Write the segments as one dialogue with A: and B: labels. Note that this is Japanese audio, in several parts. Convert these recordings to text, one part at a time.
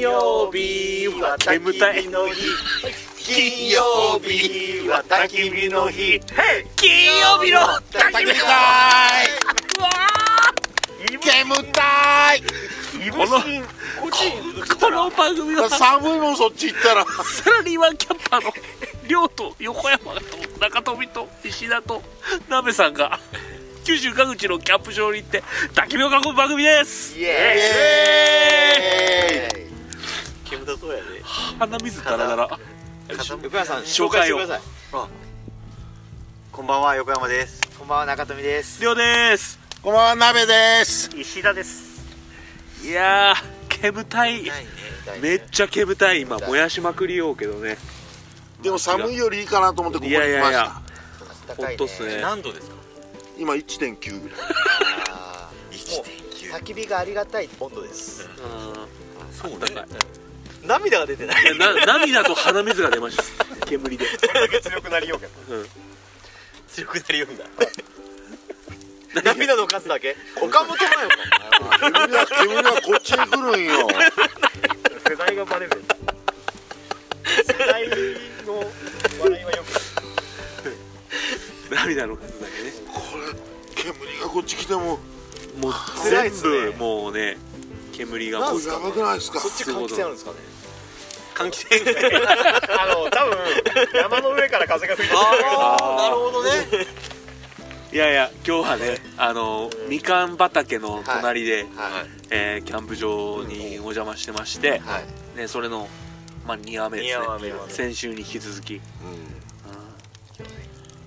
A: 曜日は焚き火の日金曜日は焚き火の日金曜日の焚き火
B: 煙たい
A: 会この
C: この番組はサ
B: 寒いもんそっち行った
C: ラ
B: ら
C: リーマンキャッパーの亮と横山と中富と石田と鍋さんが九州各地のキャンプ場に行って焚き火を囲む番組です
A: イエーイ煙たそうやね
C: 鼻水だらだら
D: 横山さん
C: 紹介を
D: 紹介してください
A: こんばんは横山です
D: こんばんは中富です
C: 亮です
B: こんばんは鍋です
A: 石田です
C: いやー煙たい
D: いね
C: めっちゃ煙たい今燃やしまくりようけどね
B: でも寒いよりいいかなと思ってここ
C: い
B: に来
C: や
B: ま
C: いや
B: した
C: いや
D: 高
C: ほん
D: い
C: とっすね
D: 何度ですか
B: 今1.9ぐらい
D: あーもう焚き火がありがたい温度です
C: そうね
D: 涙が出てない
C: いやな涙と鼻水が出ました 煙で
D: 強くなりようか
C: うん
D: 強くなりよう だ涙の数だけ岡本真よ
B: 煙は煙はこっちに来るんよ
A: 世代がバレる
D: 世代の笑いはよく
C: 涙の数だけね
B: 煙がこっち来ても
C: もう
D: 辛い
C: 全
D: っすね
C: 部もうね煙がもう
B: やばくないですか
D: そっち換気扇あるんですかね
A: 換気扇あの多分山の上から風が吹いて
C: ーなる
D: ほどね
C: いやいや今日はねあのみかん畑の隣で、
D: はい
C: えーキャンプ場にお邪魔してまして、
D: はい
C: ね、それの、まあ、2話目ですね
A: 二話目はね
C: 先週に引き続き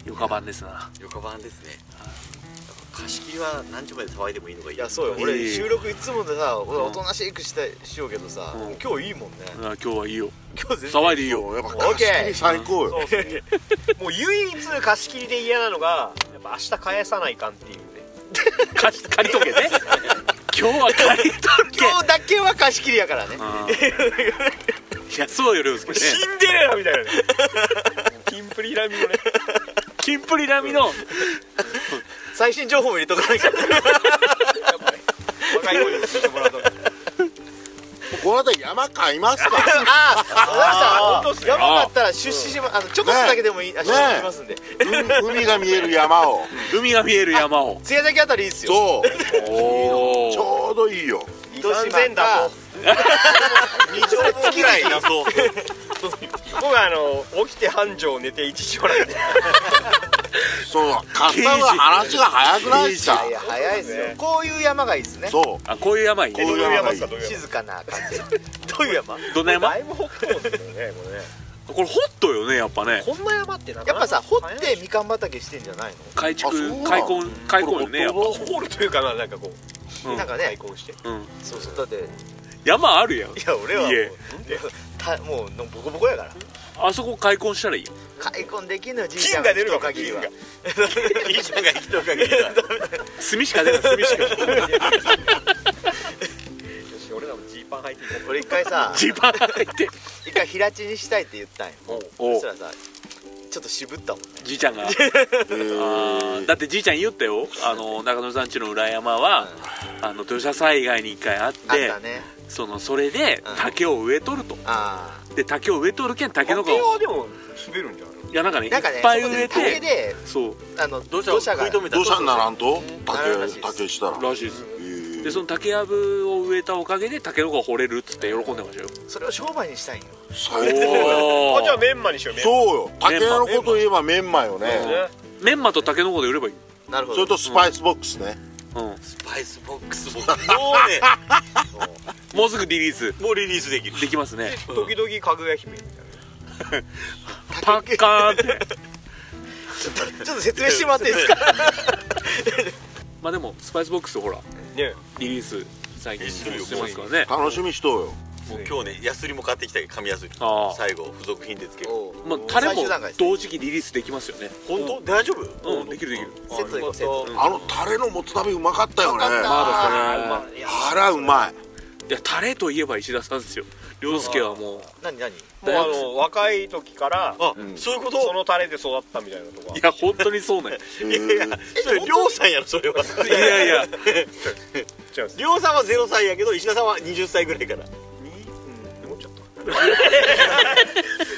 C: 横番ですな
D: 横番ですね貸し切りは何時まで騒いでもいいのがいいやそうよ
C: いい
D: 俺収録いつもでさ俺
C: うん
D: おとなしくしたいしようけどさ
C: うん
D: 今日いいもんね
C: あ今日はいいよ
D: 今日全然
C: 騒いでいいよ
B: そうやっぱ貸し切り最高よ
A: そうですねもう唯一貸し切りで嫌なのがやっぱ明日返さないかんっていうね
C: 貸し借りとけね今日は借りとけ
D: 今日だけは貸し切りやからね
C: あーいやそうよ涼介ね
A: シンデレラみたいなねキンプリラミのね
C: キンプリ並みの
D: 最新情報も入れとかないから
A: 若い子にしてもらうと
B: この辺り山買いますか
D: ああ
A: あー
D: 小田さんやばかったら出資しまあのちょこっとだけでもいいあ出資しますんで
B: 海海が見える山を
C: 海が見える山を
D: 艶崎あたりいいっすよ
B: そう
C: お
B: ち
C: ー
B: ょうどいいよ
D: 糸島か
A: 3000だと
D: 二
A: 月
D: 畳
A: ぐらいだ
D: そう
A: 僕はあの起きて半畳寝て一畳なんで
B: そう買ったのが話が早くないですか
D: いや早いっすよこういう山がいいっすね
B: そう
C: あこういう山いい
B: こういう山がいい
A: どういう山
D: 静かな感じどういう山
C: どんな山
A: だいぶ北東ですよねこれね
C: これホットよねやっぱね
A: こんな山ってな
D: やっぱさ掘
A: 早い
D: ってみかん畑してんじゃない
C: 改
B: あそうな
C: 築
B: の
C: 開墾開墾よねやっ
A: 泥掘るというかななんかこう
C: ぱ、う
D: の
C: ん
D: なんかね
A: 開墾して
C: うん、
D: そうそうだってい
C: 山あるやん
D: や俺はも
C: いえ
D: うたもうのボコボコやから
C: あそこ開墾したらいいよ
D: 開墾できんのよじいち
A: 金
D: ゃんが
A: が出る
D: 人
A: のか
D: 限り
A: 金
D: は
A: が
D: じいちゃんが人限りは
C: 炭しか出ない炭しか
A: よし俺らもジーパン履いていこ
D: 俺一 回さ
C: ジーパン入って
D: 一回平地にしたいって言ったんよ
C: おう
D: そしたらさちょっと渋ったもんね
C: じいちゃん があーだってじいちゃん言ったよあの中野さん家の裏山は、あの土砂災害に一回あっ
D: あってたね
C: そのそれで
D: うん
C: 竹を植えとると、
D: あ
C: で竹を植えとるけん竹の
A: う
C: がい
A: でも滑るんじゃない
C: やなんかね
D: あなんかね
C: いっぱい植え
D: そこで竹
C: て
D: で
C: そう
D: あの土
A: 砂を
D: 砂が
A: 食い止めた
B: どうしたんならんと
D: ならんらしいで
B: 竹
D: す
B: 竹したら
C: らしいです
B: えー
C: でその竹やぶを植えたおかげで竹の子が掘れるっつって喜んでま したよ
D: それを商売にしたいんよ
B: 最高や
C: お
A: あじゃあメンマにしようメンマ
B: そうよ竹の子といえばメンマ
A: そ
B: よ
A: うです
B: ね
A: ね
C: メンマとタケノコで売ればいい、
D: なるほ
B: それとスパイスボックスね
C: う
D: スパイスボックスボ
A: もうね
C: ん、もうすぐリリース
A: もうリリースできる
C: できます ね
A: 時々かぐや姫みたいな
C: パッカーンって
D: ちょっと説明してもらっていいですか
C: まあでもスパイスボックスほら
A: ね
C: リリース最近してますからね
B: 楽しみしとうよ
E: もう今日ねヤスリも買ってきたけど紙ヤスリ
C: ああ
E: 最後付属品で付ける
D: おう
C: まあタレ
D: 最
C: も
D: 終段階です
C: 同時期リリースできますよね
E: 本当大丈夫
C: うんできるできる
D: セットで行こうセット
C: うん
B: あのタレのもつ鍋うまかったよね
D: うまかっ
C: まあですね
B: あらうまい
C: いやタレといえば石田さんですよ涼介はもう
D: 何 何
A: もうあの若い時から
E: あ、そういうこ
A: そ
E: と
A: のタレで育ったみたいなとか
C: いや本当にそうね
E: いやいやそれりょうさんやろそれはい
C: やいや
A: 違うんです
E: りょうさんは0歳やけど石田さんは20歳ぐらいから
A: に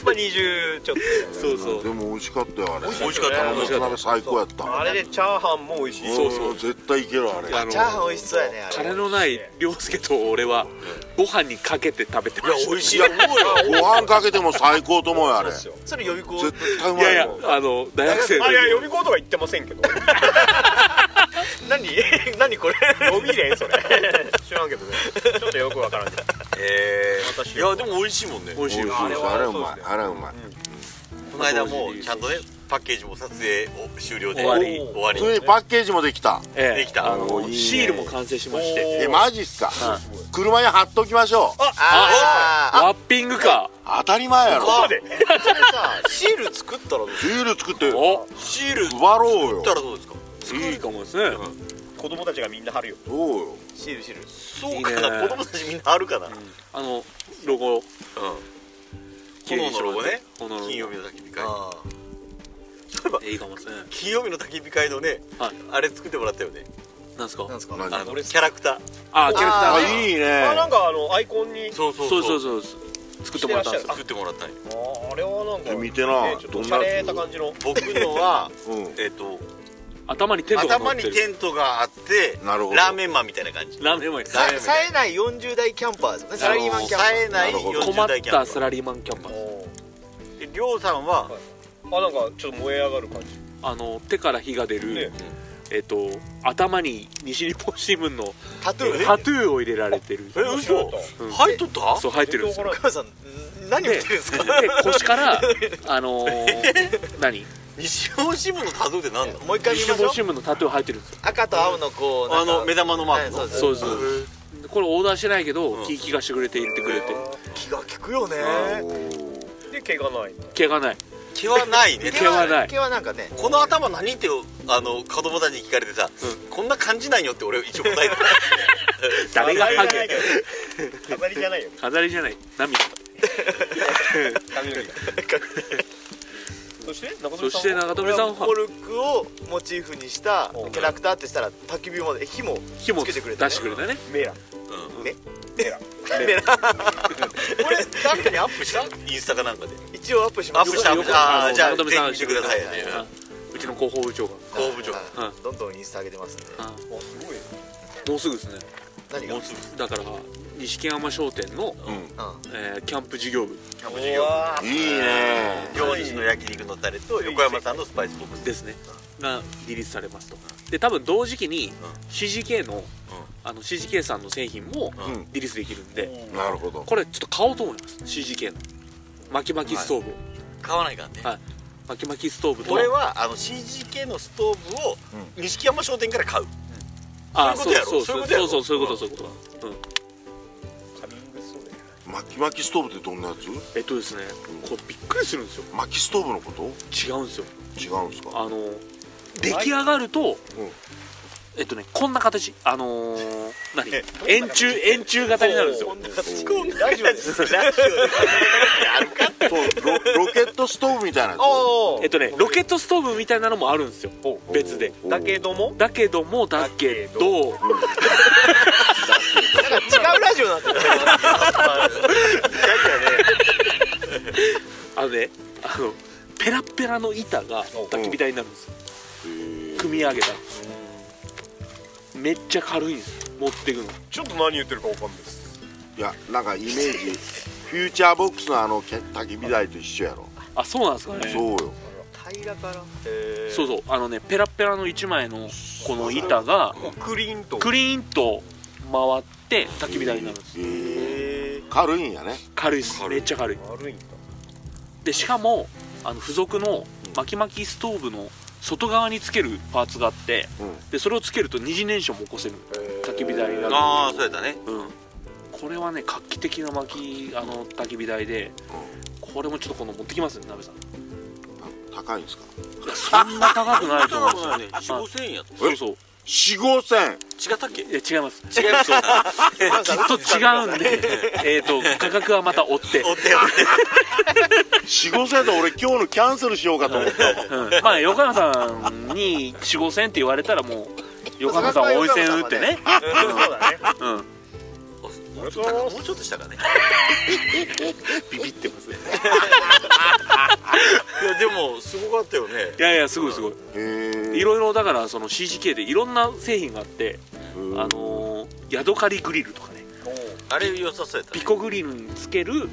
D: まあ20ちょっと
C: そうそう
B: でも美味しかったよあれ
E: 美味しかった
B: あのもつ鍋最高やっ
D: あ
B: た
D: れでチャーハンも美味しい
C: そうそうん
B: 絶対いけるあれ
C: あの
D: チャーハン美味しそうやねあれ
C: 金のない涼介と俺はご飯にかけて食べてま
E: いや
C: し
E: 美味しいと思うよ
B: ご飯かけても最高と思うよあれ絶
D: それ予備校
B: 対う
C: たい
B: ま
C: やい
B: い
C: や
B: よ
C: あの大学生の
D: あいや予
C: 時
D: 備校とか行ってませんけど 何 何これ予備連それ知らんけどねちょっとよくわからんけど
E: え
D: 私
E: いやでも美味しいもんね
C: 美味しい
B: 美味し
C: よ
B: い
D: あれは
B: あれうまいあれうまい
E: この間もうちゃんとねパッケージも撮影を終了で
C: 終わり
E: 終わり
B: それにパッケージもできた
C: ええ
E: できた
C: あの
B: いいね
C: シールも完成しまして
B: えマジっすか車に貼っときましょう
D: あ
C: ワッピングか
B: 当たり前やろ
E: あで
D: あそれさシール作ったらどう
B: ビール作って配
C: お
E: シール作っ
B: ろうよ
E: たらどうですか
C: いいかもですね
D: 子供たちがみんな貼るよ
B: そうよ
D: シールシール
E: そうか
C: いいね
E: な子供たちみんなあるかなうん
C: あのロゴ
E: 炎のロゴね
C: 炎のロゴ
E: 金曜日の焚き火会
D: あ
C: いいかもですね
E: 金曜日の焚き火会のね
C: はい
E: あれ作ってもらったよね
C: なんすか
D: あなんすか
B: 何
E: あのキャラクター
C: あキャラクター
B: あ
C: が
B: いい
D: あな
B: ね
D: んかあのアイコンに
E: そうそ
C: そうそうそうそう作ってもらったんですよ
E: 作ってもらったんよ
D: ああれはなんか
B: 見てな
D: ねちょっとおしゃれた感じの
E: 僕のは
B: うん
E: えっと
C: 頭にテントが乗
E: 頭
C: っ
E: に
C: て
E: テ
C: る
E: ントがあって
B: なるほど
E: ラーメンマンみたいな感じ
C: ラーメンうまいです
E: ラーメ ン
D: さ冴えない40代キャンパーですよねサラリーマンキャンパー
E: 冴えない
B: なるほど
C: 困
E: 40
C: っ
E: 代キャ
C: た
E: ンプ
C: サラリーマンキャンパー
D: お
E: でりょうさんは
D: ーあなんかちょっと燃え上がる感じ
C: あの手から火が出る
D: ね
C: えっと頭に西日本新聞の
D: タトゥー
C: タトゥーを入れられてる
E: え嘘
C: うん
E: 入っとった
C: そう入ってるんですよ
D: お母さん何言ってるんですか
C: で腰からあのー何
E: 西日本新聞のタトゥーってなんだ
D: もう一回見
C: 西
D: ま
C: 日
D: しょ
C: 本
D: う
C: 新聞のタトゥー入ってるんですよ
D: 赤と青のこう
E: あの目玉のマーク
D: は
E: の
D: いそ
C: そうそうでこれオーダーしてないけど
E: うん
C: 気気がしてくれて入れてくれて
D: 気が利くよねで毛がない
C: 毛がない
E: 毛はないね
C: 毛はない
D: 毛はなんかね
E: この頭何ってあの子供たちに聞かれてさ、こんな感じなんよって俺一応答えた
C: 誰がハゲ
D: 飾りじゃないよ
C: 飾りじゃない涙
D: 髪の毛そして中
C: そして中富さんは
D: コルクをモチーフにしたキャラクターってしたら焚き火までえ 火も
C: 火も
D: つ
C: 出
D: けて
C: して
D: く
C: く
D: れ
C: れ
D: た
C: た
D: ね
C: ね
D: メラ
E: う
D: メラメラこれ誰かにアップした
E: インスタかなんかで
D: 一応アップし
E: ア
D: ま
E: ッ
D: す
E: プしたアップしたあーじゃあ
C: 中
E: ぜ
C: 富さん
E: ひ見てくださいね
C: あうちの広報部長が
E: 工部長
D: はいどんどんインスタ上げてますんで
C: あ
D: おすごい
C: もうすぐですね
D: 何が
E: もうすぐ
C: だから錦山商店の、
D: う
C: えーキャンプ事業部
E: キャン
D: ん
E: プ事業
D: わー
B: いいね
E: 両日の焼肉のタレと横山さんのスパイスボックス
C: ですねがリリースされますとで多分同時期に CGK の,、あの CGK さんの製品も
E: うん
C: リリースできるんで、
B: なるほど
C: これちょっと買おうと思います CGK の巻き巻きストーブを、
E: 買わないからね、
C: はい巻き巻きストーブと
E: 俺はあの CGK のストーブを錦山商店から買う
C: あ
E: そういうことや
C: そ
E: ろ
C: う
E: そういうことや
C: そうそ
E: ろ
C: うそういうことそういうこと、うん、
D: カミングストーンだよ
B: 巻き巻きストーブってどんなやつ
C: えっとですねこれびっくりするんですよ
B: 巻きストーブのこと
C: 違うんですよ
B: 違うんですか
C: あの出来上がると、
B: うん
C: えっとねこんな形あのー、何
E: え
C: 円柱円柱型になるんですよ
E: ラジオですラジオです
B: そうロロケットストーブみたいなやつ
D: お
C: えっとねロケットストーブみたいなのもあるんですよ別で
B: おー
D: だけども
C: だけどもだけど
D: 違うラジオなんだよ
C: あのねあのペラペラの板が焚き火台になるんですよ
B: へー
C: 組み上げたらめっちゃ軽いんですよ持っていくの
D: ちょっと何言ってるかわかんないです
B: いやなんかイメージフューチャーボックスのあのけ焚き火台と一緒やろ
C: あそうなんですかね
B: そうよ
D: 平らから
C: そうそうあのねペラペラの1枚のこの板が
D: クリーンと
C: クリーンと回って焚き火台になるんです
B: へー
D: え
B: 軽いんやね
C: 軽いっすめっちゃ軽い
D: 悪いんだ
C: でしかもあの付属の巻き巻きストーブの外側につけるパーツがあって、
B: うん
C: でそれをつけると二次燃焼も起こせる焚き火台になる
E: ああそうやったね
C: うん、これはね画期的な巻きあの焚き火台でこれもちょっと今度持ってきますね鍋さん
B: 高いんですか
C: いやそんな高くないと思うんですよ
E: ね4000円やった
C: そうそう
B: 四五千
E: 違ったっけ
C: いや違います
E: 違いますよ
C: きっと違うんでえっと価格はまた追って
E: お手を
B: 四五千やったら俺今日のキャンセルしようかと思った
C: うん、まあ横山さんに4 5千って言われたらもう横山さんは応援線打ってね
D: そうだね
C: うん
E: もうちょっともうちょっとしたかね
A: ビビってますね
E: いやでもすごかったよね
C: いやいやすごいすごい
B: へ
C: いろいろだからその CGK でいろんな製品があって
B: うん
C: あのーヤドカリグリルとかね
E: あれ良さそうやった
C: ピ
E: ね
C: コグリルにつける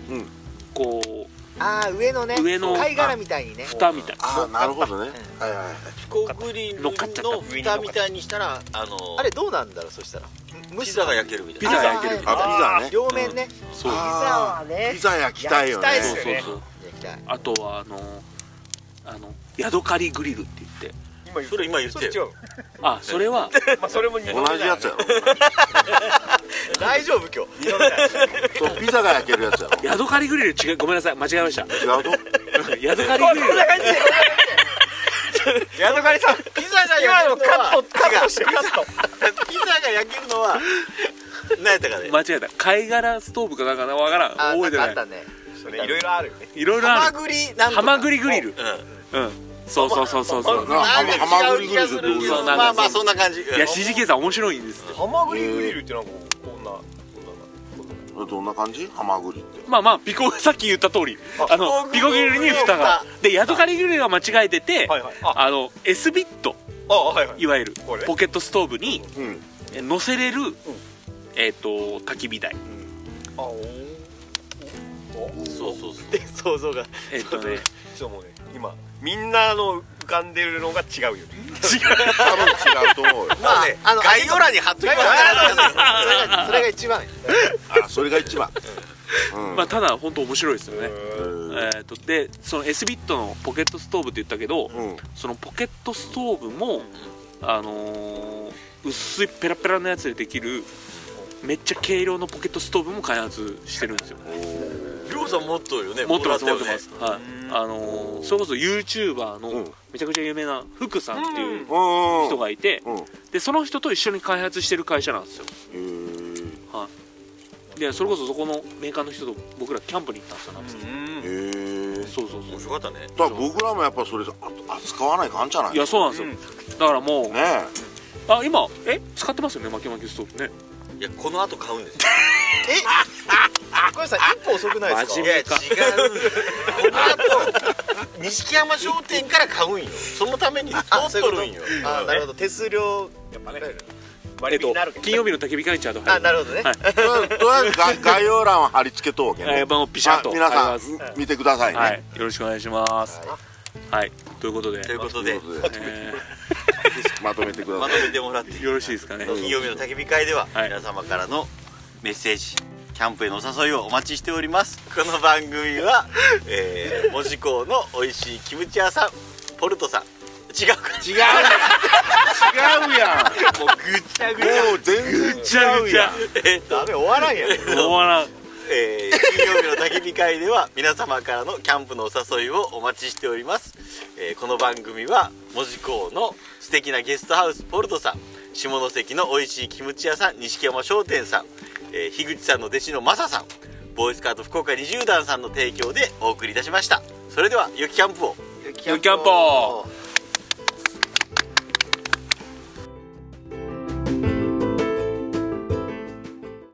C: こう
F: ああ上のね
C: 上の
F: 貝殻みたいにね
C: 蓋みたいな
B: ああなるほどねはいはいはい
E: ピコグリル
C: 乗
E: の
C: っかっちゃった
E: 蓋みたいにしたらあの
F: あれどうなんだろうそしたらむ
E: ピザが焼けるみたい
C: ピ
E: な
C: ザが焼けるみたいな
B: あピザね
F: 両面ね
C: そう
F: ピザはね
B: ピザ焼きたいよね
F: 焼き
C: そう
F: たいっす
C: そう
F: よね
C: そう
F: 焼きたい
C: あとはあのーあのヤドカリグリルって言って
D: 今言
E: それ今言っ
D: そ
E: て
D: れ
E: よ
D: 違う
C: あそれは
D: まあそれも二度目だ
B: 同じやつやろ
F: 大丈夫今日
D: 二度目だよ
B: そうピザが焼けるやつやろ
C: ヤドカリグリル違うごめんなさい間違えました
B: 違うと
C: ヤドカリグリル
D: 感じでヤドカリさんピザが今のカットカットしてカット
E: ピザが焼けるのは何やったかね
C: 間違えた貝殻ストーブかなんかなわからん
F: あ
C: 覚えて
F: なん
C: な
F: かあった
C: い
F: ね
D: それいろいろあるよね
C: いろいろあ
E: ハマ
C: る
E: グリなんと
C: ハ
E: か
C: マグリグリル
E: うん
C: うんそうそうそうそうそう
B: な
E: なん
B: ハマグリグリルって
E: か違う気がするけ
B: どう
E: ど
B: いう
C: そう
E: まあまあそんな感じ
C: いや CGK さん面白いんですって
D: ハマグリグリルってなんかこんなこんなの
B: これどんな感じハマグリって
C: まあまあピコさっき言った通りあのピコグリルに蓋がでヤドカリグリルが間違えてて
D: はいはいあ
C: あの S ビット
D: あはいはい
C: いわゆる
D: これ
C: ポケットストーブに
B: うん
C: え乗せれるえっと焚き火台
D: あお
E: そうそうそう
D: で 想像が
C: えっとね
D: そうもうね今みんなの浮かんでるのが違うよね
B: 多分違うと思うよ
E: まあね
F: ああの
E: 概要欄に貼っときますから
F: それがそれが一番
B: あそれが一番うん
C: まあただ本当面白いですよね
B: うん
C: えっとでその S ビットのポケットストーブって言ったけど
B: うん
C: そのポケットストーブもあのー薄いペラペラのやつでできるめっちゃ軽量のポケットストーブも開発してるんですよ
E: りょうさん持っとるよね
C: 持ってます
E: も
C: 持
E: ら
C: って
E: たよ
C: ます、は
E: ね
C: いあのーそれこそ YouTuber
B: う
C: の
B: ん
C: めちゃくちゃ有名な福さんっていう
B: うん
C: 人がいて
B: うんへ
C: でその人と一緒に開発してる会社なんですよ
B: え
C: でそれこそそこのメーカーの人と僕らキャンプに行ったんですよなんか
B: へえ
C: そうそう
E: 面
C: そう
E: 白かったね
B: だから僕らもやっぱそれあ扱わないかんじゃない
C: いやそうなんですよだからもう
B: ね
C: あ今え使ってますよね巻き巻きストーブね
E: いやこの後買うんですよ
F: これさん一歩遅くないです
E: い
F: か
E: や違うこの後錦山商店から買うんよそのために取っとるんよ
F: あなるほど手数料
D: やっぱね
C: え
D: 割
C: っ
D: 引に
C: と
D: なるけど
C: 金曜日の焚き火会にちゃんと
F: あ
C: 入る
F: なるほどね
C: はい
B: えとりあえずとりあえずが概要欄は貼り付けとうわけ
C: え
B: ね
C: ー、もうピシャッと
B: あ皆さ
C: あ
B: ん
C: ります
B: 見てください
C: は
B: ね
C: いよろしくお願いしますはいということで
E: ということ
B: とい
E: で
B: うことで
C: え
B: まとめてくだ
E: ま
B: さ
E: と
B: い
E: めてもらっていい
C: ーよろしいですかね
E: 金曜日の焚き火会では
C: はい
E: 皆様からのメッセージキャンプへのお誘いをお待ちしておりますこの番組 は、えー、門司港の美味しいキムチ屋さんポルトさん違うか違
B: 違
E: う
B: うや
E: もうぐっちゃぐちゃ
B: んもう全
C: ぐちゃぐちゃ
E: えーっと
D: ダメ終わらん やん
C: 終わらん
E: えー金曜日の焚き火会では皆様からのキャンプのお誘いをお待ちしております、えーこの番組は門司港の素敵なゲストハウスポルトさん下関の美味しいキムチ屋さん錦山商店さん、えー樋口さんの弟子のマサさんボーイスカート福岡20段さんの提供でお送りいたしましたそれでは良きキャンプを
C: キャンプ